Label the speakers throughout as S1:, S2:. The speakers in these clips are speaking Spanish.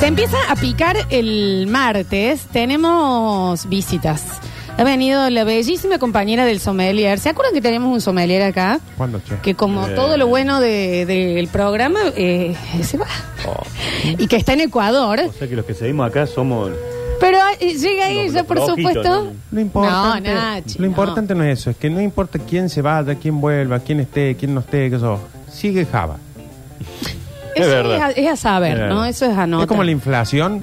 S1: Se empieza a picar el martes. Tenemos visitas. Ha venido la bellísima compañera del sommelier. ¿Se acuerdan que tenemos un sommelier acá?
S2: ¿Cuándo, che?
S1: Que como
S3: Eh.
S1: todo lo bueno de- del programa, eh, se va.
S3: Oh.
S1: Y que está en Ecuador.
S3: O sea que los que seguimos acá somos.
S1: Pero eh, llega
S3: No,
S1: ella,
S3: pero
S1: por
S3: ojito,
S1: supuesto.
S3: ¿no?
S2: Lo importante,
S1: No, Nachi,
S2: lo
S1: no.
S2: importante no. es eso, es que no importa quién se vaya, quién vuelva, quién esté, quién no esté, que eso. Sigue Java.
S1: Eso
S3: Es
S1: es,
S3: verdad.
S1: a, es a saber,
S3: Es verdad.
S1: ¿no? Eso es a
S2: Es
S1: notar.
S2: como la inflación.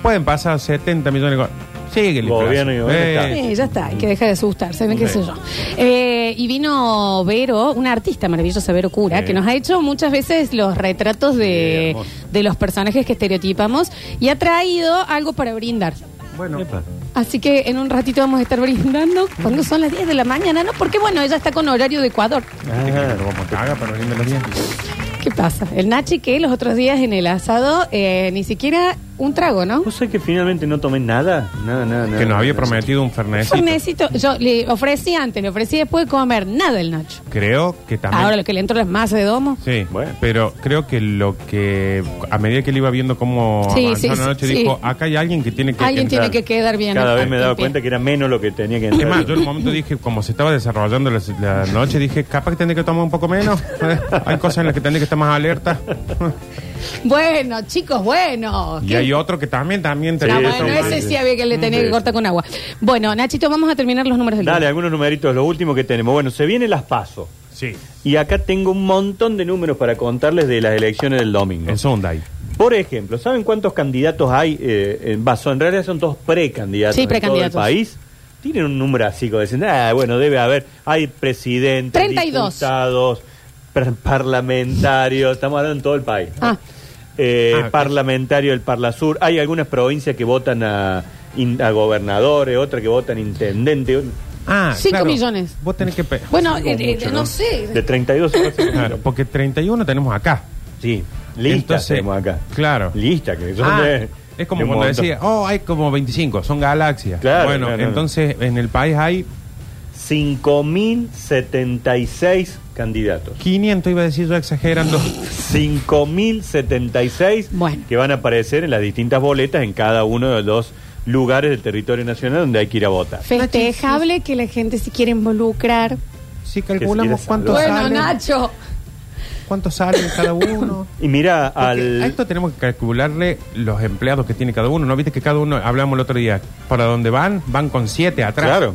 S2: Pueden pasar 70 millones de cosas. Sigue la
S3: Gobierno
S2: inflación.
S3: y gobierno está.
S1: Eh, ya está, hay que deja de asustarse, ¿no? qué sé yo. Eh, y vino Vero, una artista maravillosa, Vero Cura,
S3: Sí.
S1: que nos ha hecho muchas veces los retratos de,
S3: Sí, hermoso.
S1: de los personajes que estereotipamos y ha traído algo para brindar.
S2: Bueno,
S3: Epa.
S1: Así que en un ratito vamos a estar brindando cuando son las 10 de la mañana, ¿no? Porque bueno, ella está con horario de Ecuador.
S2: Ah, como caga para venir de los dientes.
S1: ¿Qué pasa? El Nachi que los otros días en el asado eh, ni siquiera un trago, ¿no?
S3: ¿Vos sabés que finalmente no tomé nada? Nada, nada, nada.
S2: Que nos había
S3: Nada.
S2: prometido un Fernet.
S1: Fernesito, yo le ofrecí antes, le ofrecí después de comer nada el Nacho.
S2: Creo que también.
S1: Ahora lo que le entró es masa de domo.
S2: Sí,
S3: Bueno.
S2: pero creo que lo que a medida que él iba viendo cómo
S1: Sí,
S2: avanzó
S1: sí,
S2: la
S1: sí,
S2: noche
S1: sí.
S2: dijo, acá hay alguien que tiene que
S1: Alguien
S2: entrar".
S1: tiene que quedar bien.
S3: Cada
S1: ¿no?
S3: vez me
S1: En
S3: daba
S1: pie.
S3: cuenta que era menos lo que tenía que
S2: Es
S3: entrar.
S2: más, yo en un momento dije, como se estaba desarrollando la, la noche, dije, capaz que tendré que tomar un poco menos. hay cosas en las que tendré que estar más alerta.
S1: Bueno, chicos, bueno.
S2: y
S1: ¿Qué?
S2: hay otro que también, también
S1: Ah,
S2: tendré que
S1: bueno,
S2: tomar-
S1: ese sí había que le tenía que
S3: Sí.
S1: cortar con agua. Bueno, Nachito, vamos a terminar los números del
S3: Dale,
S1: día.
S3: algunos numeritos, lo último que tenemos. Bueno, se vienen las pasos.
S2: Sí,
S3: Y acá tengo un montón de números para contarles de las elecciones del domingo.
S2: en Sunday.
S3: Por ejemplo, ¿saben cuántos candidatos hay eh, en Vaso? En realidad son todos precandidatos
S1: Sí,
S3: en
S1: precandidatos.
S3: todo el país. Tienen un número así, como dicen, ah, bueno, debe haber, hay presidentes,
S1: 32.
S3: diputados, par- parlamentarios, estamos hablando en todo el país. ¿no?
S1: Ah.
S3: Eh,
S2: Ah, ok.
S3: parlamentario del Parlasur, hay algunas provincias que votan a, in- a gobernadores, otras que votan intendente,
S2: Ah,
S1: Cinco millones.
S2: Vos tenés que... pe-
S1: Bueno,
S2: Cinco
S1: eh, eh,
S2: mucho,
S1: no sé.
S3: de 32.
S2: Claro, porque 31 tenemos acá.
S3: Sí, lista
S2: Entonces,
S3: tenemos acá.
S2: claro.
S3: Lista, que son
S2: Ah,
S3: de-
S2: es
S3: de
S2: como
S3: un
S2: cuando
S3: montón.
S2: decía, oh, hay como 25, son galaxias.
S3: Claro,
S2: bueno,
S3: claro, claro.
S2: entonces en el país hay
S3: 5.076 candidatos.
S2: 500, iba a decir yo exagerando.
S3: 5.076
S1: Bueno.
S3: que van a aparecer en las distintas boletas en cada uno de los lugares del territorio nacional donde hay que ir a votar.
S1: Festejable que la gente se quiere involucrar.
S2: Si
S3: Que
S2: calculamos
S3: si
S2: cuánto
S3: quieres
S1: Bueno,
S2: salen,
S1: Nacho.
S2: cuánto salen cada uno.
S3: Y mira,
S2: Porque
S3: al...
S2: A esto tenemos que calcularle los empleados que tiene cada uno. ¿No viste que cada uno, hablamos el otro día, para dónde van? Van con siete atrás.
S3: Claro.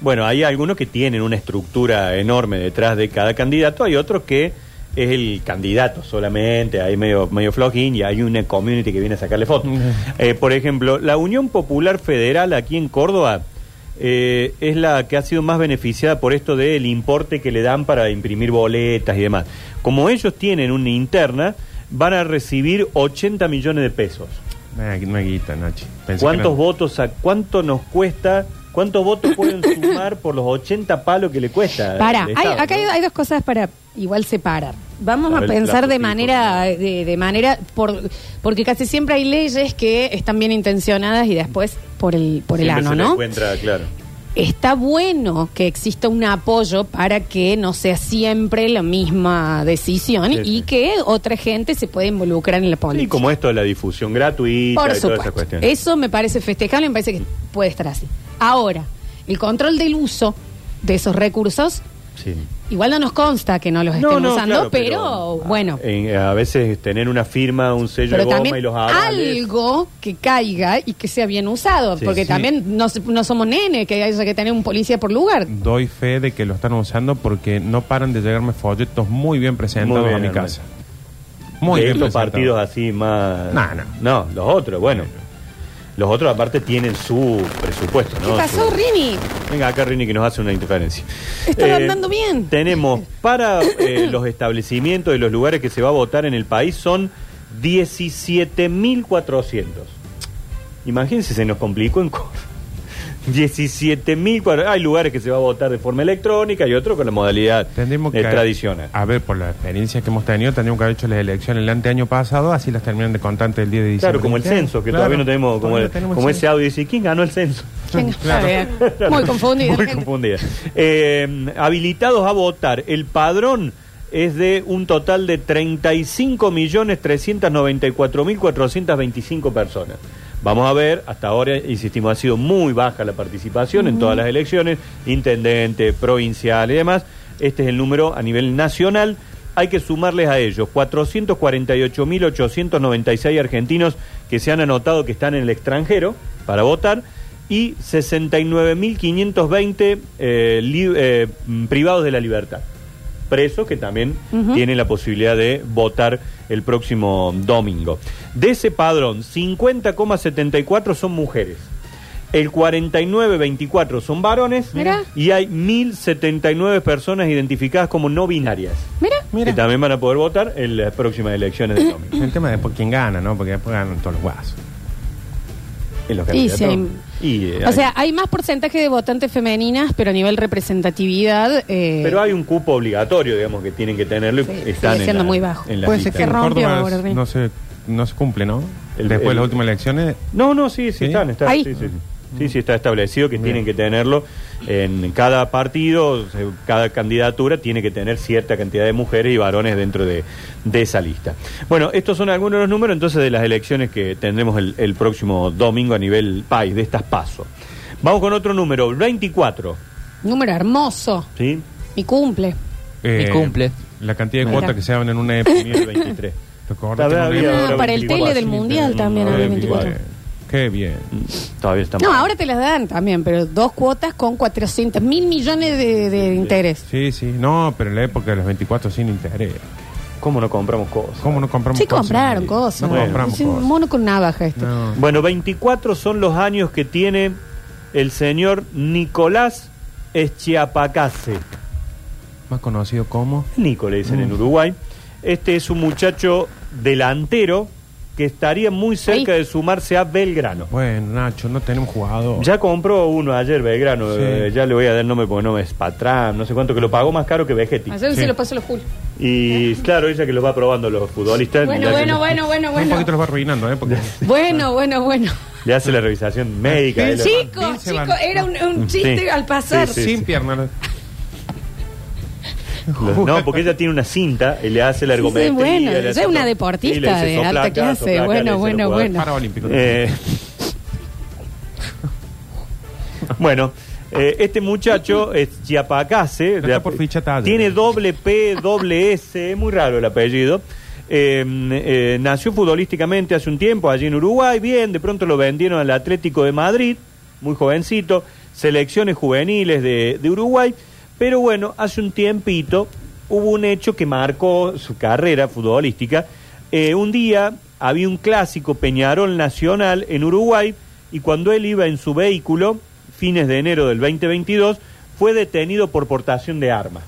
S3: Bueno, hay algunos que tienen una estructura enorme detrás de cada candidato, hay otros que es el candidato solamente, hay medio, medio flojín y hay una community que viene a sacarle fotos.
S2: Ujú.
S3: Eh, por ejemplo, la Unión Popular Federal aquí en Córdoba eh, es la que ha sido más beneficiada por esto del importe que le dan para imprimir boletas y demás. Como ellos tienen una interna, van a recibir 80 millones de pesos.
S2: Nah, no hay guita, Nachi. Pensé que
S3: ¿Cuántos
S2: eran-
S3: votos, a, cuánto nos cuesta, cuántos votos pueden sumar por los 80 palos que le cuesta? al
S1: Para, hay,
S3: Estado,
S1: acá hay,
S3: ¿no?
S1: hay dos cosas para igual separar. Vamos
S3: A
S1: a,
S3: ver,
S1: pensar
S3: la
S1: de
S3: justicia.
S1: manera, de, de manera, por, porque casi siempre hay leyes que están bien intencionadas y después por el, por el
S3: Siempre
S1: ano,
S3: se le
S1: ¿no?
S3: encuentra, claro.
S1: Está bueno que exista un apoyo para que no sea siempre la misma decisión
S3: Sí,
S1: y
S3: sí.
S1: que otra gente se pueda involucrar en la
S3: Y
S1: política.
S3: como esto de la difusión gratuita
S1: Por
S3: y todas esas
S1: supuesto.
S3: cuestiones.
S1: Eso me parece festejable, me parece que puede estar así. Ahora, el control del uso de esos recursos,
S3: Sí.
S1: igual no nos consta que no los
S3: No,
S1: estén
S3: no,
S1: usando,
S3: claro, ah,
S1: pero, bueno.
S3: en- a veces tener una firma, un sello
S1: pero
S3: de goma y
S1: también
S3: los avales.
S1: algo que caiga y que sea bien usado,
S3: Sí,
S1: porque
S3: sí.
S1: también no, se- no somos nene, que haya que tener un policía por lugar.
S2: Doy fe de que lo están usando porque no paran de llegarme folletos muy bien presentados
S3: Muy bien,
S2: a mi
S3: hermano.
S2: casa. Muy
S3: de
S2: bien
S3: los
S2: presentados.
S3: partidos así más...
S2: No, no.
S3: los otros, bueno. Los otros aparte tienen su presupuesto,
S1: ¿Qué
S3: ¿no?
S1: pasó,
S3: Su-
S1: Rini?
S3: Venga, acá Rini que nos hace una interferencia. Eh,
S1: Están andando bien.
S3: Tenemos para eh, los establecimientos y los lugares que se va a votar en el país son 17.400. Imagínense, se nos complicó en Córdoba. 17.400. Hay lugares que se va a votar de forma electrónica y otros con la modalidad
S2: Tendríamos
S3: eh,
S2: que-
S3: tradicional.
S2: A ver, por la experiencia que hemos tenido, tendríamos que haber hecho las elecciones el anteaño pasado, así las terminan de contante el día de diciembre.
S3: Claro, como el censo, que
S2: Claro,
S3: todavía no tenemos, como,
S2: todavía
S3: el-
S2: no tenemos
S3: como
S2: el
S3: ese audio dice, ¿quién ganó el censo?
S1: Venga,
S2: Claro.
S1: a ver. Muy confundida.
S3: Muy
S1: gente.
S3: confundida. Eh, habilitados a votar, el padrón es de un total de 35.394.425 personas. Vamos a ver, hasta ahora, insistimos, ha sido muy baja la participación en todas las elecciones, intendente, provincial y demás. Este es el número a nivel nacional. Hay que sumarles a ellos 448.896 argentinos que se han anotado que están en el extranjero para votar y 69.520 eh, li- eh, privados de la libertad presos que también
S1: Ujú.
S3: tienen la posibilidad de votar el próximo domingo. De ese padrón, 50,74 son mujeres. El 49,24 son varones
S1: Mirá.
S3: y hay 1.079 personas identificadas como no binarias
S1: Mira.
S2: Mira.
S3: que también van a poder votar en las próximas elecciones del domingo.
S2: El tema de por quién gana, ¿no? Porque después ganan todos los guasos.
S3: En los
S1: Y
S3: candidatos.
S1: si hay-
S3: Y, eh,
S1: o
S3: hay-
S1: sea, hay más porcentaje de votantes femeninas, pero a nivel representatividad. eh,
S3: pero hay un cupo obligatorio, digamos, que tienen que tenerlo. y
S1: Sí,
S3: están
S1: sigue siendo
S3: en la-
S1: muy bajo.
S3: en la
S1: Puede
S3: lista.
S1: ser que rompió
S2: Córdoba
S1: ahora, Rini.
S2: no se, no se cumple, ¿no?
S3: El-
S2: Después de
S3: el-
S2: las últimas elecciones,
S3: No, no, sí, sí,
S2: ¿Sí?
S3: están, están.
S1: Ahí.
S3: Sí, sí, sí. Sí, sí, está establecido que tienen que tenerlo en cada partido, se- cada candidatura tiene que tener cierta cantidad de mujeres y varones dentro de, de esa lista. Bueno, estos son algunos de los números entonces de las elecciones que tendremos el, el próximo domingo a nivel país, de estas pasos. Vamos con otro número, 24.
S1: Número hermoso.
S3: ¿Sí?
S1: Mi cumple.
S2: eh,
S4: Y cumple.
S2: La cantidad de
S1: Mira.
S2: cuotas que se abren en una época.
S3: 1023.
S2: ¿Te acordás
S3: Habrá
S2: que en
S3: habido
S2: una
S1: Ah,
S3: ahora
S2: época-
S1: para el
S3: 24,
S1: tele del
S3: sí,
S1: mundial
S3: pero-
S1: también,
S3: no,
S1: ahora
S3: eh,
S1: 24.
S2: bien. Qué bien.
S3: Mm, Todavía estamos.
S1: No, ahora te las dan también, pero dos cuotas con 400 mil millones de, de interés.
S2: Sí, sí. No, pero en la época de los 24 sin interés.
S3: ¿Cómo no compramos cosas?
S2: ¿Cómo no compramos
S1: Sí,
S2: cosas?
S1: compraron cosas.
S2: No
S1: Bueno,
S2: compramos
S1: es un
S2: cosas.
S1: mono con navaja esto.
S2: No.
S3: Bueno, 24 son los años que tiene el señor Nicolás Eschiapacase.
S2: Más conocido como...
S3: Nico le dicen
S1: Mm.
S3: en Uruguay. Este es un muchacho delantero que estaría muy cerca
S1: Ahí.
S3: de sumarse a Belgrano.
S2: Bueno, Nacho, no tenemos jugador.
S3: Ya compró uno ayer Belgrano,
S2: Sí.
S3: eh, ya le voy a dar el nombre porque no es Patrán, no sé cuánto, que lo pagó más caro que Vegetti.
S1: Ayer
S2: Sí.
S1: se lo pasó a los Julio.
S3: Y claro, ella que los va probando los futbolistas.
S1: Bueno,
S3: ya
S1: bueno,
S3: se-
S1: bueno, bueno,
S2: Un
S1: bueno.
S2: poquito los va arruinando, ¿eh? Porque...
S1: Bueno, bueno, bueno.
S3: Le hace la revisación médica.
S2: Sí,
S3: él-
S2: sí.
S1: Chicos,
S2: se van.
S1: chicos, era un, un chiste
S3: Sí.
S1: al pasar.
S3: Sí, sí.
S2: Sin piernas.
S3: Lo- No, porque ella tiene una cinta y le hace la
S1: Sí, sí,
S3: ergometría.
S1: bueno,
S3: le hace
S1: ella es una
S3: todo.
S1: deportista
S3: Y le dice,
S1: de
S3: "Soplaca,
S1: alta clase".
S3: soplaca",
S1: Bueno,
S3: le dice al
S1: bueno,
S3: jugador.
S1: bueno.
S2: Paraolímpico.
S3: Eh, bueno, eh, este muchacho es Chiapacase.
S2: Está
S3: de-
S2: por ficha talla.
S3: Tiene doble P, doble S, es muy raro el apellido. Eh, eh, nació futbolísticamente hace un tiempo allí en Uruguay, bien, de pronto lo vendieron al Atlético de Madrid, muy jovencito, selecciones juveniles de, de Uruguay, pero bueno, hace un tiempito hubo un hecho que marcó su carrera futbolística. Eh, un día había un clásico Peñarol Nacional en Uruguay y cuando él iba en su vehículo, fines de enero del 2022, fue detenido por portación de armas.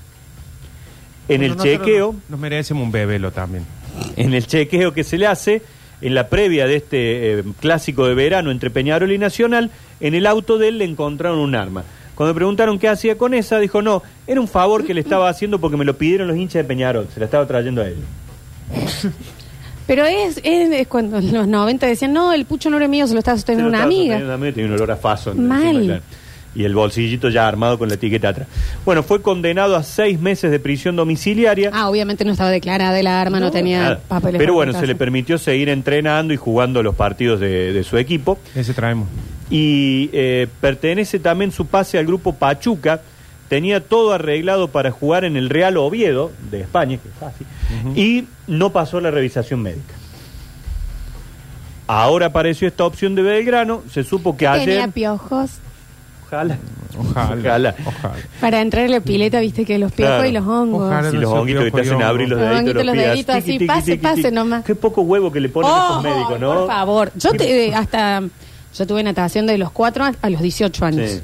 S3: En
S2: Bueno,
S3: el
S2: nosotros
S3: chequeo,
S2: Nos, nos merecemos un bebelo también.
S3: en el chequeo que se le hace, en la previa de este eh, clásico de verano entre Peñarol y Nacional, en el auto de él le encontraron un arma. Cuando preguntaron qué hacía con esa, dijo, no, era un favor que le estaba haciendo porque me lo pidieron los hinchas de Peñarol, se la estaba trayendo a él.
S1: Pero es, es, es cuando en los 90 decían, no, el pucho no era mío, se lo estaba sosteniendo
S3: Se
S1: una
S3: lo estaba
S1: amiga.
S3: sosteniendo una amiga, Tenía un olor a faso. en-
S1: Mal.
S3: encima, claro. Y el bolsillito ya armado con la etiqueta atrás. Bueno, fue condenado a seis meses de prisión domiciliaria.
S1: Ah, obviamente no estaba declarada el arma, no, tenía
S3: Nada.
S1: papeles.
S3: Pero
S1: para
S3: bueno,
S1: casa.
S3: se le permitió seguir entrenando y jugando los partidos de, de su equipo.
S2: Ese traemos.
S3: Y eh, pertenece también su pase al grupo Pachuca. Tenía todo arreglado para jugar en el Real Oviedo de España, que es fácil. Y no pasó la revisación médica. Ahora apareció esta opción de Belgrano. Se supo que ayer.
S1: Tenía piojos.
S3: Ojalá.
S2: Ojalá.
S3: Ojalá.
S2: Ojalá.
S1: Para entrar en la pileta, viste que los piojos
S3: Claro.
S1: y los hongos.
S2: Ojalá.
S3: Si los honguitos que te hacen abrir los
S1: Los
S3: deditos,
S1: honguitos, los
S3: pies,
S1: deditos,
S3: tiqui,
S1: así,
S3: tiqui,
S1: pase,
S3: tiqui,
S1: pase
S3: tiqui.
S1: nomás.
S3: Qué poco huevo que le ponen
S1: Oh,
S3: estos médicos, ¿no?
S1: Por favor. Yo te, eh, hasta. Yo tuve natación de los 4 a los 18 años.
S3: Sí.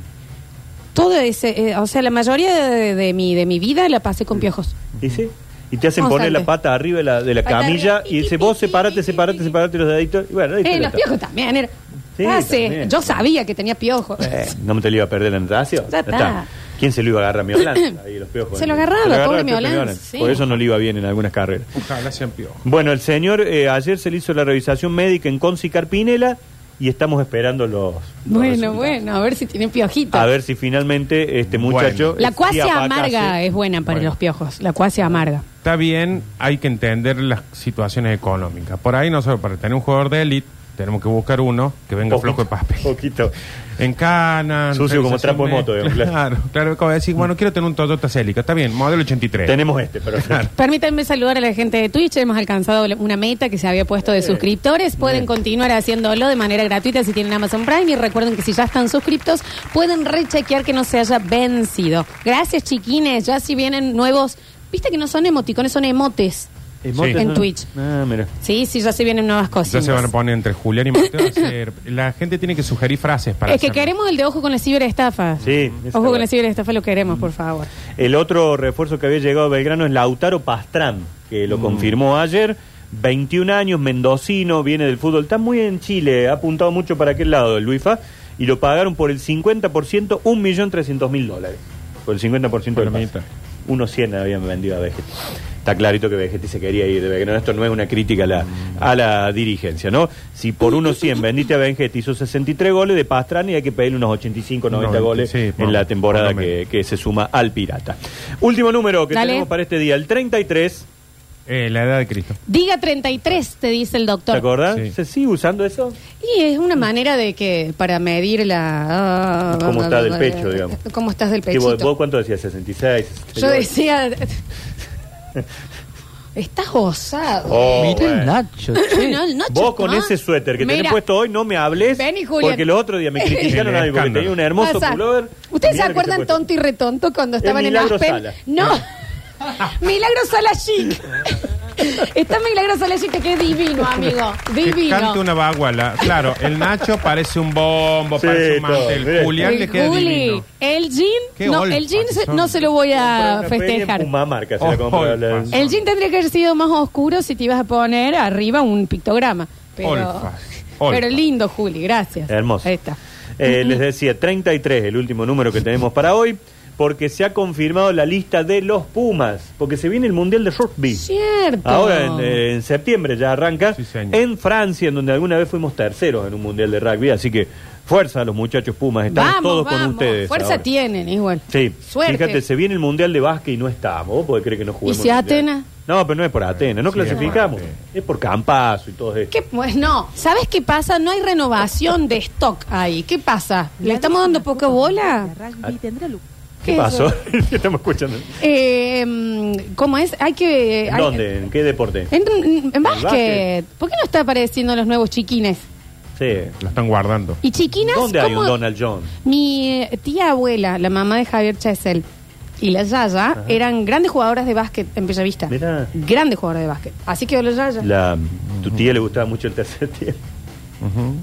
S1: Todo ese. eh, o sea, la mayoría de, de mi, de mi vida la pasé con piojos.
S3: ¿Y sí? Y te hacen poner
S1: Constante.
S3: la pata arriba de la, de la
S1: Pata
S3: camilla
S1: arriba,
S3: y dice,
S1: tiqui,
S3: vos
S1: tiqui,
S3: separate,
S1: tiqui,
S3: separate,
S1: tiqui.
S3: separate los deditos. Y bueno, ahí te
S1: Eh,
S3: lo
S1: los
S3: está.
S1: piojos también. Era,
S3: Sí,
S1: Ah, sí,
S3: también.
S1: Yo sabía que tenía piojos.
S3: Eh, no me te lo iba a perder en natación.
S1: Ya está.
S3: ¿Quién se lo iba a agarrar a mi Holanda? Ahí los piojos.
S1: Se lo agarraba, pobre
S3: agarraba el
S1: mi
S3: propio
S1: Holanda,
S3: Holanda.
S1: sí.
S3: Por eso no le iba bien en algunas carreras.
S2: Ojalá sean piojo.
S3: Bueno, el señor eh, ayer se le hizo la revisación médica en Conci Carpinela y estamos esperando los. los
S1: Bueno,
S3: resultados.
S1: bueno, a ver si tiene piojita.
S3: A ver si finalmente este
S2: Bueno.
S3: muchacho.
S1: La
S3: sí
S1: cuasia
S3: apacase.
S1: amarga es buena para
S3: Bueno.
S1: los piojos. La cuasia amarga.
S2: Está bien, hay que entender las situaciones económicas. Por ahí nosotros, para tener un jugador de élite, tenemos que buscar uno que venga
S3: Poquito,
S2: flojo de papel.
S3: Poquito.
S2: En cana.
S3: Sucio como trapo de moto, digamos, claro.
S2: Claro, claro. Como decir, bueno, quiero tener un Toyota Celica. Está bien, modelo 83.
S3: Tenemos este, pero.
S1: Permítanme saludar a la gente de Twitch. Hemos alcanzado la- una meta que se había puesto de suscriptores. Pueden continuar haciéndolo de manera gratuita si tienen Amazon Prime. Y recuerden que si ya están suscriptos, pueden rechequear que no se haya vencido. Gracias, chiquines. Ya si vienen nuevos. Viste que no son emoticones, son emotes.
S3: Emotes,
S1: En
S3: ¿no?
S1: Twitch.
S3: Ah, mira.
S1: Sí, sí, ya se vienen nuevas
S2: Ya
S1: cosas.
S2: se van a poner entre Julián y Mateo. a hacer- La gente tiene que sugerir frases para.
S1: Es que
S2: hacerlo.
S1: queremos el de ojo con la ciberestafa.
S3: Sí, ese
S1: Ojo con
S3: está
S1: la ciberestafa lo queremos, por favor.
S3: El otro refuerzo que había llegado a Belgrano es Lautaro Pastrán, que
S2: Mm.
S3: lo confirmó ayer. 21 años, mendocino, viene del fútbol. Está muy en Chile, ha apuntado mucho para aquel lado del Luifa. Y lo pagaron por el 50%, 1.300.000 dólares. Por el 50% del
S2: Bueno,
S3: pase.
S2: mitad.
S3: Unos 100 habían vendido a Vegetti. Está clarito que Vegetti se quería ir de Belgrano. Esto no es una crítica a la,
S2: Mm.
S3: a la dirigencia, ¿no? Si por unos 100 vendiste a Vegetti, hizo 63 goles de Pastrán y hay que pedirle unos 85, 90
S2: 90,
S3: goles
S2: sí, por-
S3: en la temporada
S2: por lo menos.
S3: que, que se suma al Pirata. Último número que
S1: Dale.
S3: tenemos para este día, el 33.
S2: Eh, la edad de Cristo.
S1: Diga 33, te dice el
S3: ¿Te
S1: doctor.
S3: acordás?
S2: Sí.
S3: ¿Se sigue usando eso?
S1: Y es una manera de que, para medir la... ah,
S3: Cómo está del pecho, digamos.
S1: Cómo estás del
S3: Que
S1: pechito.
S3: vos, vos cuánto decías? ¿66? 68?
S1: Yo decía... Estás osado.
S3: Oh,
S4: Mirá el
S3: bueno.
S4: Nacho, che.
S1: No, el Nacho
S3: Vos con
S1: no.
S3: ese suéter que tenés
S1: Mira,
S3: puesto hoy no me hables.
S1: Vení, Julián.
S3: Porque los otros días me criticaron
S2: El
S3: algo, porque
S2: escándalo.
S3: tenía un hermoso
S1: pasa.
S3: pullover.
S1: ¿Ustedes se
S3: Mirá lo que
S1: acuerdan
S3: puesto.
S1: tonto y retonto cuando estaban en
S3: Milagro
S1: Aspen?
S3: Sala.
S1: No. Milagro Sala Chic. Está Milagro Sala Chic, que es divino, amigo.
S2: Que
S1: Divino.
S2: cante una baguala. Claro, el Nacho parece un bombo,
S3: Sí,
S2: parece un mantel.
S3: todo, bien.
S2: Julián
S1: El
S2: le queda
S1: Juli,
S2: divino.
S1: el
S2: Qué
S1: jean, no,
S2: golpa
S1: el jean
S2: que
S1: se-
S2: son.
S1: no se lo voy a
S3: Comprar una peli en
S1: festejar.
S3: Pumamarca, se la
S2: Ojo,
S3: compró la-
S2: olfa.
S1: El jean tendría que haber sido más oscuro si te ibas a poner arriba un pictograma. Pero,
S2: Olfa, olfa.
S1: pero lindo, Juli, gracias.
S3: Hermoso.
S1: Ahí está.
S3: Eh, les decía, 33, el último número que tenemos para hoy, porque se ha confirmado la lista de los Pumas, porque se viene el Mundial de Rugby.
S1: Cierto.
S3: Ahora en, eh, en septiembre ya arranca
S2: Sí, señor.
S3: en Francia, en donde alguna vez fuimos terceros en un Mundial de Rugby, así que fuerza a los muchachos Pumas, estamos
S1: vamos,
S3: todos
S1: vamos.
S3: con ustedes.
S1: Fuerza
S3: ahora.
S1: tienen, igual.
S3: Sí,
S1: Suerte.
S3: fíjate, se viene el Mundial de Básquet y no estamos, vos podés creer que no jugamos.
S1: ¿Y si
S3: el Mundial.
S1: Atenas?
S3: No, pero no es por Atenas, no
S2: Sí,
S3: clasificamos,
S2: es por Atenas.
S3: es por Campazo y todo esto.
S1: ¿Qué- pues no, ¿sabes qué pasa? No hay renovación de stock ahí. ¿Qué pasa? ¿Le estamos dando poca bola?
S3: ¿Qué
S1: ¿Qué es
S3: pasó?
S1: eso?
S3: estamos escuchando.
S1: Eh, mm, ¿Cómo es? Hay que...
S3: ¿En
S1: hay-
S3: ¿Dónde? ¿En qué deporte?
S1: En, en básquet.
S3: básquet.
S1: ¿Por qué no está apareciendo los nuevos chiquines?
S3: Sí.
S2: Lo están guardando.
S1: ¿Y chiquinas?
S3: ¿Dónde hay
S1: cómo-
S3: un Donald John?
S1: Mi eh, tía abuela, la mamá de Javier Chesel y la Yaya eran grandes jugadoras de básquet en Bellavista.
S3: Mirá.
S1: Grandes jugadoras de básquet. Así que la Yaya.
S3: La, tu tía le gustaba mucho el tercer tiempo.
S2: Ujú.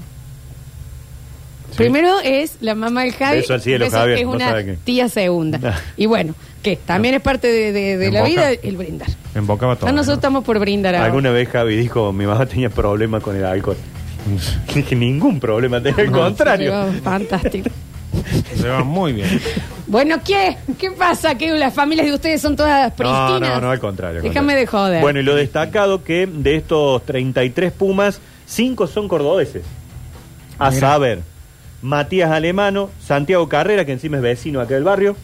S2: Sí.
S1: Primero es la mamá del Javi.
S3: Beso al cielo,
S1: beso-
S3: Javier,
S1: Es
S3: no
S1: una
S3: sabe qué.
S1: tía segunda. y bueno, que también es parte de, de- de
S2: En
S1: la
S2: Boca.
S1: vida el brindar.
S2: Embocaba todo.
S1: Ah, nosotros
S2: ¿no?
S1: estamos por brindar ahora.
S3: Alguna vez Javi dijo, mi mamá tenía problemas con el alcohol. Dije, ningún problema, tenía el contrario.
S1: Sí, Fantástico.
S2: Se va muy bien.
S1: Bueno, ¿qué? ¿Qué pasa? Que las familias de ustedes son todas
S3: No,
S1: pristinas.
S3: no, no, al contrario. al
S1: Déjame
S3: contrario.
S1: de joder.
S3: Bueno, y lo destacado que de estos 33 Pumas, 5 son cordobeses. A saber, Matías Alemano, Santiago Carrera, que encima es vecino acá del barrio,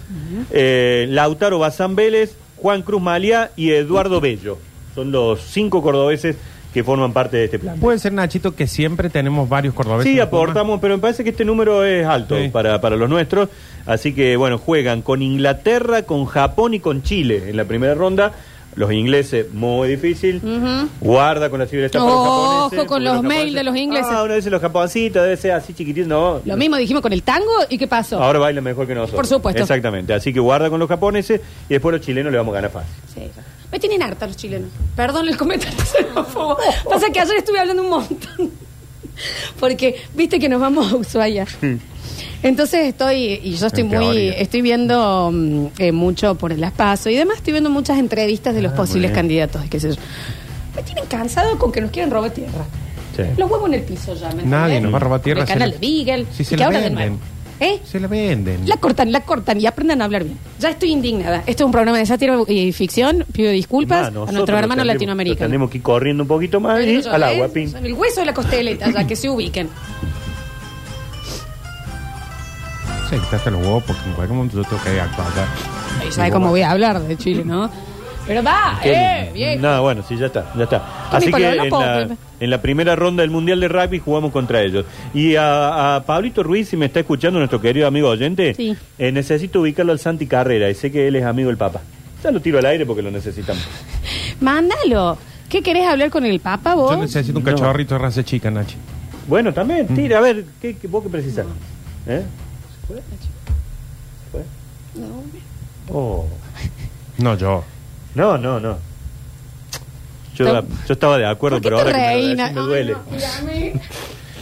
S3: eh, Lautaro Bazán Vélez, Juan Cruz Maliá y Eduardo Bello. Son los 5 cordobeses que forman parte de este plan.
S2: Puede ser, Nachito, que siempre tenemos varios cordobeses.
S3: Sí,
S2: en Puma?
S3: aportamos, pero me parece que este número es alto
S2: Sí.
S3: para, para los nuestros. Así que, bueno, juegan con Inglaterra, con Japón y con Chile en la primera ronda. Los ingleses, muy difícil.
S1: Ujú.
S3: Guarda con la civilidad
S1: Ojo con los mails de los ingleses.
S3: Ah, uno dice los japoncitos, debe ser así chiquitito. No.
S1: Lo mismo dijimos con el tango y qué pasó.
S3: Ahora baila mejor que nosotros.
S1: Por supuesto.
S3: Exactamente. Así que guarda con los japoneses y después los chilenos le vamos a ganar fácil.
S1: Sí. Me tienen harta los chilenos. Perdón el comentario xenófobo. Pasa que ayer estuve hablando un montón. Porque viste que nos vamos a Ushuaia. Entonces estoy, y yo estoy
S2: Hmm. En
S1: muy,
S2: teoría.
S1: estoy viendo mm, eh, mucho por el aspaso y demás, estoy viendo muchas entrevistas de los posibles
S2: Ah, bien.
S1: candidatos, y qué sé yo. Me tienen cansado con que nos quieren robar tierra.
S3: Sí.
S1: Los huevos en el piso ya, ¿me
S2: Nadie
S1: entendés?
S2: nos va a robar
S1: Con
S2: tierra,
S1: El
S2: se
S1: canal
S2: la-
S1: de Beagle.
S2: Sí,
S1: y
S2: se
S1: que
S2: la
S1: ahora de nuevo.
S2: venden.
S1: ¿Eh?
S2: Se la venden.
S1: La cortan, la cortan y aprendan a hablar bien. Ya estoy indignada. Esto es un programa de sátira y ficción. Pido disculpas
S3: Más,
S1: a
S3: nosotros
S1: nuestro
S3: nos
S1: hermano
S3: tendremos- nos
S1: latinoamericano.
S3: Tenemos que ir corriendo un poquito más y
S1: Ellos,
S3: al agua,
S1: ¿ves?
S3: pin.
S1: Son el hueso de la costeleta, ya que se ubiquen.
S2: pasa es que está hasta los huevos porque en cualquier momento yo tengo que actuar acá.
S1: Ahí sabe cómo voy a hablar de Chile, ¿no? Pero va, eh,
S3: Que-
S1: bien.
S3: No, bueno, sí, ya está, ya está.
S1: ¿Qué
S3: Así
S1: me colgó
S3: que
S1: la
S3: en la,
S1: pobre?
S3: en la primera ronda del Mundial de Rugby jugamos contra ellos. Y a, a Pablito Ruiz, si me está escuchando nuestro querido amigo oyente,
S1: Sí.
S3: eh, necesito ubicarlo al Santi Carrera y sé que él es amigo del Papa. Ya lo tiro al aire porque lo necesitamos.
S1: Mándalo. ¿Qué querés hablar con el Papa vos?
S2: Yo necesito un
S3: No.
S2: cachorrito de raza chica, Nachi.
S3: Bueno, también, tira, a ver, ¿qué, qué- vos qué precisás? ¿Eh? ¿Se fue? Oh.
S2: No, yo.
S3: No, no, no. Yo,
S1: Tom-
S3: yo estaba de acuerdo,
S1: ¿Por qué
S3: pero
S1: te
S3: ahora que me, lo
S1: reí,
S3: decís,
S1: Na-
S3: me
S1: Ay,
S3: duele.
S1: no, mírame.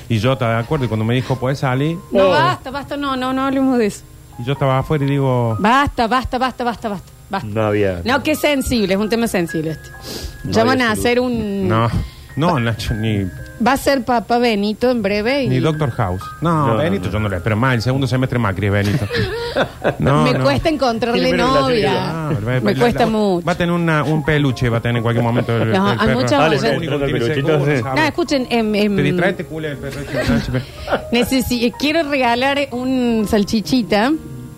S2: Y yo estaba de acuerdo y cuando me dijo, ¿puedes salir?
S1: No,
S3: Oh.
S1: basta, basta, no, no, no hablemos de eso.
S2: Y yo estaba afuera y digo,
S1: Basta, basta, basta, basta, basta. basta.
S3: No había.
S1: No, que es sensible, es un tema sensible este.
S3: Mm. No
S1: ya
S3: hay
S1: van a
S3: salud.
S1: hacer un...
S2: no, no, Nacho, ni,
S1: Va a ser Papa Benito en breve y...
S2: ni Doctor House. No,
S3: No,
S2: Benito,
S3: no.
S2: yo no le espero más. El segundo semestre Macri es Benito. No,
S1: me
S2: no. Ah,
S1: cuesta encontrarle
S3: Tiene menos
S1: novia.
S3: gracia
S2: No,
S1: me
S2: va- la-
S1: cuesta
S2: pues la-
S1: mucho.
S2: Va a tener una- un peluche, va a tener en cualquier momento el,
S1: No,
S2: el
S1: hay muchos
S2: Dale,
S1: oyentes-
S2: lo único que
S3: el
S2: dice,
S3: peluchito,
S2: ¿cómo no
S3: sí.
S2: sabe?
S1: No, escuchen, em, em,
S2: Te distrae este culo el perro. este, Nachi, pero-
S1: necesi- quiero regalar un salchichita,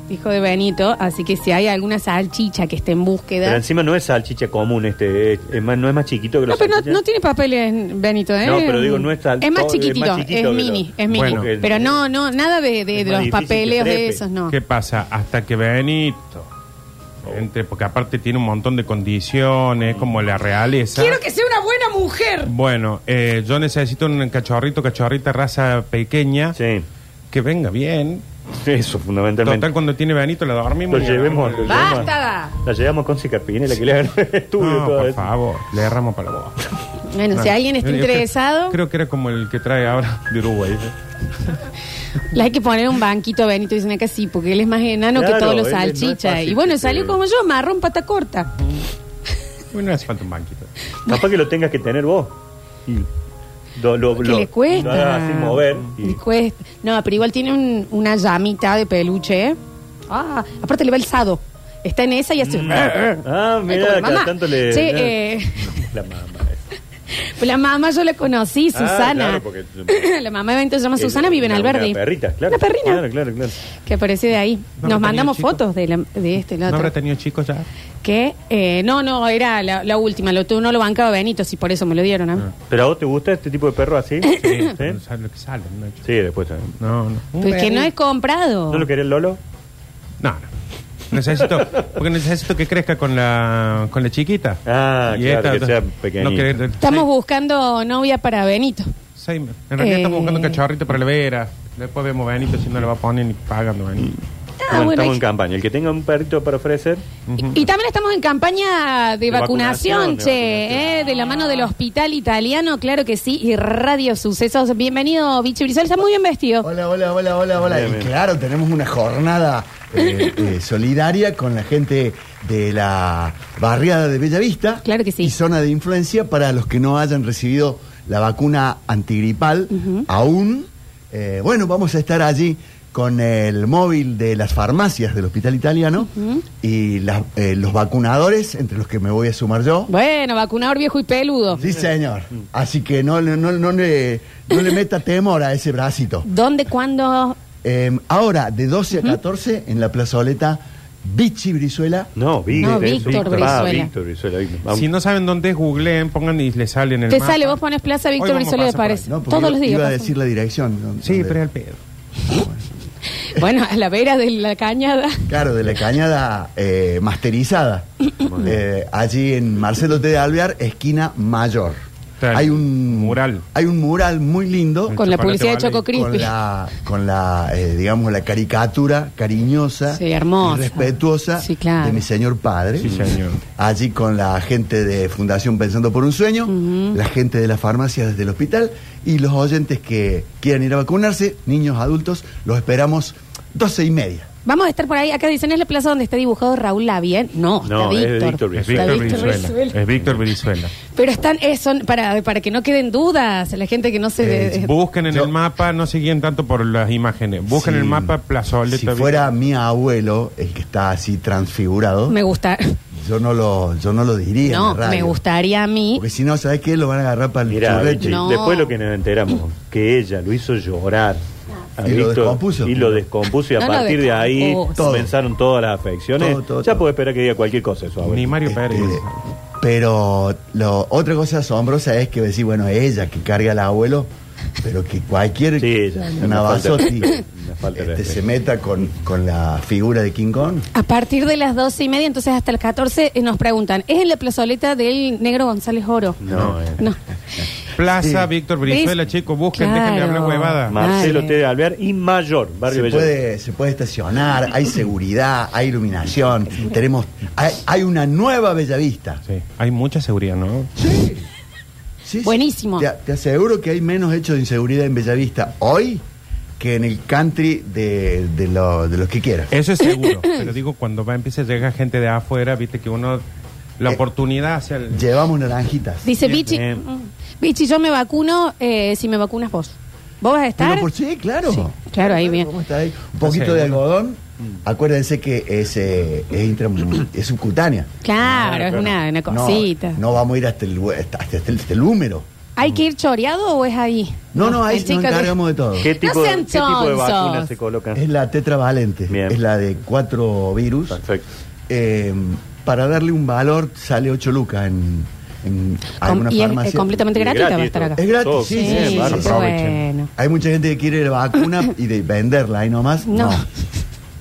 S1: hijo de Benito, así que si hay alguna salchicha que esté en
S3: Pero
S1: búsqueda...
S3: encima no es salchicha común este, es, es más, no es más chiquito que
S1: No,
S3: los
S1: pero no, no tiene papeles Benito, ¿eh?
S3: No, pero digo, no es tal-
S1: Es más
S3: todo- es más
S1: chiquitito, es,
S3: chiquito que
S1: mini,
S3: lo-
S1: es mini.
S2: Bueno.
S1: pero no, no, nada de, de
S3: Es más
S1: los
S3: difícil
S1: papeleos
S3: que
S1: de
S3: trepe.
S1: esos, no.
S2: ¿Qué pasa? Hasta que Benito. Entre, porque aparte tiene un montón de condiciones, como la realeza.
S1: Quiero que sea una buena mujer.
S2: Bueno, eh, yo necesito un cachorrito, cachorrita, raza pequeña,
S3: Sí,
S2: que venga bien.
S3: eso fundamentalmente.
S2: Total, cuando tiene Benito, la dormimos.
S3: Lo
S2: y hagamos
S3: llevemos-
S2: el-
S3: lo llevamos-
S1: Basta.
S3: La llevamos con Cicarpinela que le hagan el estudio
S2: No,
S3: todo
S2: por
S3: eso.
S2: favor, le erramos para vos.
S1: Bueno, si alguien está
S2: Yo- yo creo-
S1: interesado,
S2: Creo que era como el que trae ahora de Uruguay.
S1: le hay que poner un banquito a Benito. Dicen acá sí, porque él es más enano que
S3: Claro,
S1: todos los
S3: él es más
S1: salchichas.
S3: fácil
S1: Y bueno,
S3: que
S1: salió
S3: se-
S1: como yo, marrón, pata corta.
S2: Bueno, hace falta un banquito.
S3: Capaz que lo tengas que tener vos. Y lo, lo,
S1: Que
S3: lo-
S1: le
S3: lo
S1: cuesta.
S3: hagas así mover. y-
S1: Le cuesta. No, pero igual tiene un- una llamita de peluche. ¿eh? Ah, aparte le va el sado. Está en esa y hace.
S3: Ah,
S1: Ay, como
S3: mira,
S1: la mamá.
S3: cada tanto le.
S1: Che,
S3: ya-
S1: eh,
S3: La mamá. eh.
S1: La mamá yo la conocí,
S3: Ah,
S1: Susana.
S3: claro, porque-
S1: la mamá de Benito se llama Susana, vive en
S3: Una-
S1: Alberdi.
S3: Una perrita, claro.
S1: Una perrina
S3: Claro, claro, claro.
S1: que aparece de ahí.
S2: ¿No habrá
S1: Nos mandamos
S2: tenido
S1: fotos de, la- de este, la
S2: ¿No
S1: otra.
S2: habrá tenido chicos ya?
S1: que eh, no, no, era la, la última. Lo tuvo, no lo bancaba Benito, si por eso me lo dieron. ¿eh?
S3: ¿Pero a vos te gusta este tipo de perro así?
S2: Sí,
S3: Sí.
S2: no sabe lo que sale, Nacho.
S3: Sí, después también.
S2: No, no. Un
S1: Pues que no es comprado.
S3: ¿No lo quería el Lolo?
S1: Ah,
S2: No, no. Necesito, porque necesito que crezca con la, con la chiquita.
S3: Ah, claro, que sea pequeñita.
S2: no querer-
S1: Estamos buscando novia para Benito.
S2: seis- seis- en realidad
S1: Eh.
S2: estamos buscando un cachorrito para la vera. Después vemos Benito si no le va a poner ni pagando
S3: Mm,
S2: Benito.
S1: Ah,
S3: Bueno,
S1: bueno,
S3: estamos
S1: hay-
S3: en campaña. El que tenga un perrito para ofrecer,
S1: Y, y también estamos en campaña de,
S3: De
S1: vacunación,
S3: vacunación,
S1: che,
S3: de vacunación.
S1: ¿eh? de la mano del Hospital Italiano, claro que sí, y Radio Sucesos. Bienvenido, Vichy Brizal, está muy bien vestido.
S4: Hola, hola, hola, hola, hola.
S3: Bien,
S4: Y
S3: bien.
S4: claro, tenemos una jornada eh, eh, solidaria con la gente de la barriada de Bellavista.
S1: Claro que sí.
S4: Y zona de influencia para los que no hayan recibido la vacuna antigripal aún. Eh, bueno, vamos a estar allí con el móvil de las farmacias del Hospital Italiano y las- eh, los vacunadores, entre los que me voy a sumar yo.
S1: Bueno, vacunador viejo y peludo.
S4: Sí, señor. Así que no, le- no, no le, no le meta temor a ese bracito.
S1: ¿Dónde, cuándo?
S4: Eh, ahora, de 12 a 14, en la plazoleta Vichy Brizuela.
S3: no, Víctor.
S1: No, Víctor
S3: Ah,
S1: Brizuela.
S3: Víctor Brizuela. Víctor. Vamos.
S2: Si no saben dónde es, googleen, pongan y le salen el
S1: Te
S2: mapa.
S1: sale, vos pones Plaza
S2: Hoy
S1: Víctor
S2: vamos a
S1: Brizuela y
S2: pasar por ahí.
S1: aparece.
S4: No, porque
S1: Todos
S4: iba-
S1: los días.
S4: Iba a
S1: pasa.
S4: decir la dirección. don-
S2: Sí,
S4: donde-
S2: pero es al pedo.
S1: Bueno, a la vera de la cañada.
S4: Claro, de la cañada eh, masterizada. Eh, allí en Marcelo T. de Alvear, esquina mayor.
S2: Tal,
S4: Hay un
S2: mural.
S4: Hay un mural muy lindo.
S2: El
S1: Con la
S2: chocolate
S1: publicidad de
S2: vale.
S1: Choco Crispy.
S4: con la, con la eh, digamos, la caricatura cariñosa,
S1: Sí, hermosa.
S4: y respetuosa
S1: Sí, claro.
S4: de mi señor padre.
S2: Sí, señor.
S4: Allí con la gente de Fundación Pensando por un Sueño, la gente de las farmacias desde el hospital y los oyentes que quieran ir a vacunarse, niños, adultos, los esperamos 12 y media.
S1: Vamos a estar por ahí. Acá dicen, es la plaza donde está dibujado Raúl Lavien. No,
S3: No,
S1: está
S3: es de
S1: Víctor.
S3: Víctor
S2: Es
S3: Brizuela.
S1: Está
S2: Víctor
S1: Víctor
S2: Brizuela.
S1: Brizuela.
S2: Es Víctor Brizuela.
S1: Pero están, eh, son para, para que no queden dudas, la gente que no se...
S4: Eh,
S2: Busquen en
S4: Yo-
S2: el mapa, no se guíen tanto por las imágenes. Busquen
S4: Si-
S2: el mapa Plazoleta.
S4: Si fuera mi abuelo, el que está así transfigurado,
S1: me gusta.
S4: yo no lo, yo no lo diría. en
S1: No,
S4: la radio.
S1: me gustaría a mí.
S4: Porque si no, ¿sabes qué? Lo van a agarrar para el
S3: Mirá,
S4: churrete.
S3: Vichy,
S1: No.
S3: después lo que nos enteramos, que ella lo hizo llorar.
S4: Ah. Y lo descompuso.
S3: Y lo descompuso y a
S1: No lo
S3: partir de ahí
S1: descompuso.
S3: comenzaron todas las afecciones.
S4: Todo, todo,
S3: ya
S4: todo.
S3: puede esperar que diga cualquier cosa eso.
S2: Ni Mario
S4: Este,
S2: Pérez.
S4: pero lo, otra cosa asombrosa es que decir, bueno, ella que carga al abuelo, pero que cualquier
S3: Sí, ya, ya, una falta de
S4: Navazotti
S3: respeto, una falta de
S4: este,
S3: respeto.
S4: se meta con, con la figura de King Kong.
S1: A partir de las 12 y media, entonces hasta las 14, eh, nos preguntan, ¿es en la plazoleta del negro González Oro?
S3: No, eh.
S1: No.
S2: Plaza
S4: Sí.
S2: Víctor Brizuela,
S1: ¿Ves?
S2: chicos, busquen,
S1: Claro.
S2: déjenme hablar huevada.
S1: Ma-
S3: Marcelo
S1: Dale.
S3: T. de Alvear y Mayor, Barrio
S4: Se
S3: Bello.
S4: puede, se puede estacionar, hay seguridad, hay iluminación, tenemos, hay, hay una nueva Bellavista.
S2: Sí, hay mucha seguridad, ¿no?
S4: Sí. Sí, sí.
S1: Buenísimo.
S4: Te, te aseguro que hay menos hechos de inseguridad en Bellavista hoy que en el country de, de, lo- de los que quieras.
S2: Eso es seguro. pero digo, cuando va empieza a llegar gente de afuera, viste que uno. La
S4: Eh,
S2: oportunidad hacia el.
S4: Llevamos naranjitas.
S1: Dice
S2: Bien,
S1: Bichi,
S3: bien.
S1: mm, Bichi, yo me vacuno eh, si me vacunas vos. ¿Vos vas a estar?
S4: Pero por sí, claro.
S1: Sí, claro, ahí bien.
S4: ¿Cómo está ahí? Un poquito
S2: Sí.
S4: de algodón.
S3: Mm.
S4: Acuérdense que es, eh, es, intramu- es subcutánea.
S1: Claro, es una, una
S4: No,
S1: cosita.
S4: No, vamos a ir hasta el, hue- hasta, hasta el, hasta el húmero.
S1: ¿Hay que ir choreado o es ahí?
S4: No, no, ahí
S1: el
S4: nos
S1: chico que-
S4: encargamos de todo.
S3: ¿Qué tipo,
S1: sean
S3: ¿qué tipo de
S1: chonzos.
S3: vacunas se colocan?
S4: Es la tetravalente.
S3: Bien.
S4: Es la de cuatro virus.
S3: Perfecto.
S4: Eh, para darle un valor, sale 8 lucas en, en
S1: Com-
S4: alguna
S1: y es, eh,
S4: farmacia.
S1: completamente
S3: Y es
S1: gratuita,
S3: gratis
S1: va a estar
S3: todo.
S1: acá.
S4: Es gratis, Eh.
S3: Todo,
S4: sí, sí, sí,
S3: bárbaro.
S4: sí.
S1: bueno.
S4: Hay mucha gente que quiere la vacuna y de venderla ahí nomás.
S1: No.
S4: No.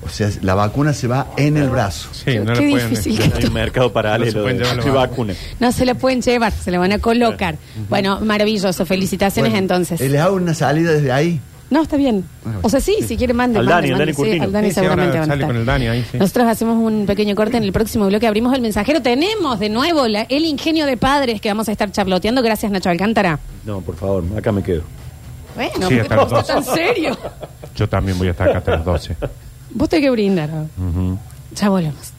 S4: O sea, la vacuna se va en el brazo.
S2: Sí, no
S1: Qué
S2: le pueden.
S1: difícil que
S3: Hay un mercado
S2: No se
S3: paralelo
S2: pueden
S3: de,
S2: llevar la
S3: de
S2: vacuna.
S3: vacunas.
S1: No se la pueden llevar, se la van a colocar. Bueno, maravilloso. Felicitaciones
S4: Bueno,
S1: entonces.
S4: eh, Les hago una salida desde ahí.
S1: No, está bien. O sea, sí, si quiere mande.
S3: Al
S1: mande,
S3: Dani, al
S1: mande,
S3: Dani
S1: sí,
S3: Curtino.
S1: al Dani
S2: Sí, sí,
S1: seguramente
S2: ahora
S1: van a
S2: sale
S1: estar.
S2: con el Dani ahí, sí.
S1: Nosotros hacemos un pequeño corte en el próximo bloque. Abrimos el mensajero. Tenemos de nuevo la- el ingenio de padres que vamos a estar charloteando. Gracias, Nacho Alcántara.
S3: No, por favor, acá me quedo.
S1: Bueno,
S2: Sí,
S1: ¿por
S2: hasta
S1: qué
S2: las
S1: vos tan serio?
S2: Yo también voy a estar acá hasta las 12.
S1: Vos tenés que brindar. Ya volvemos.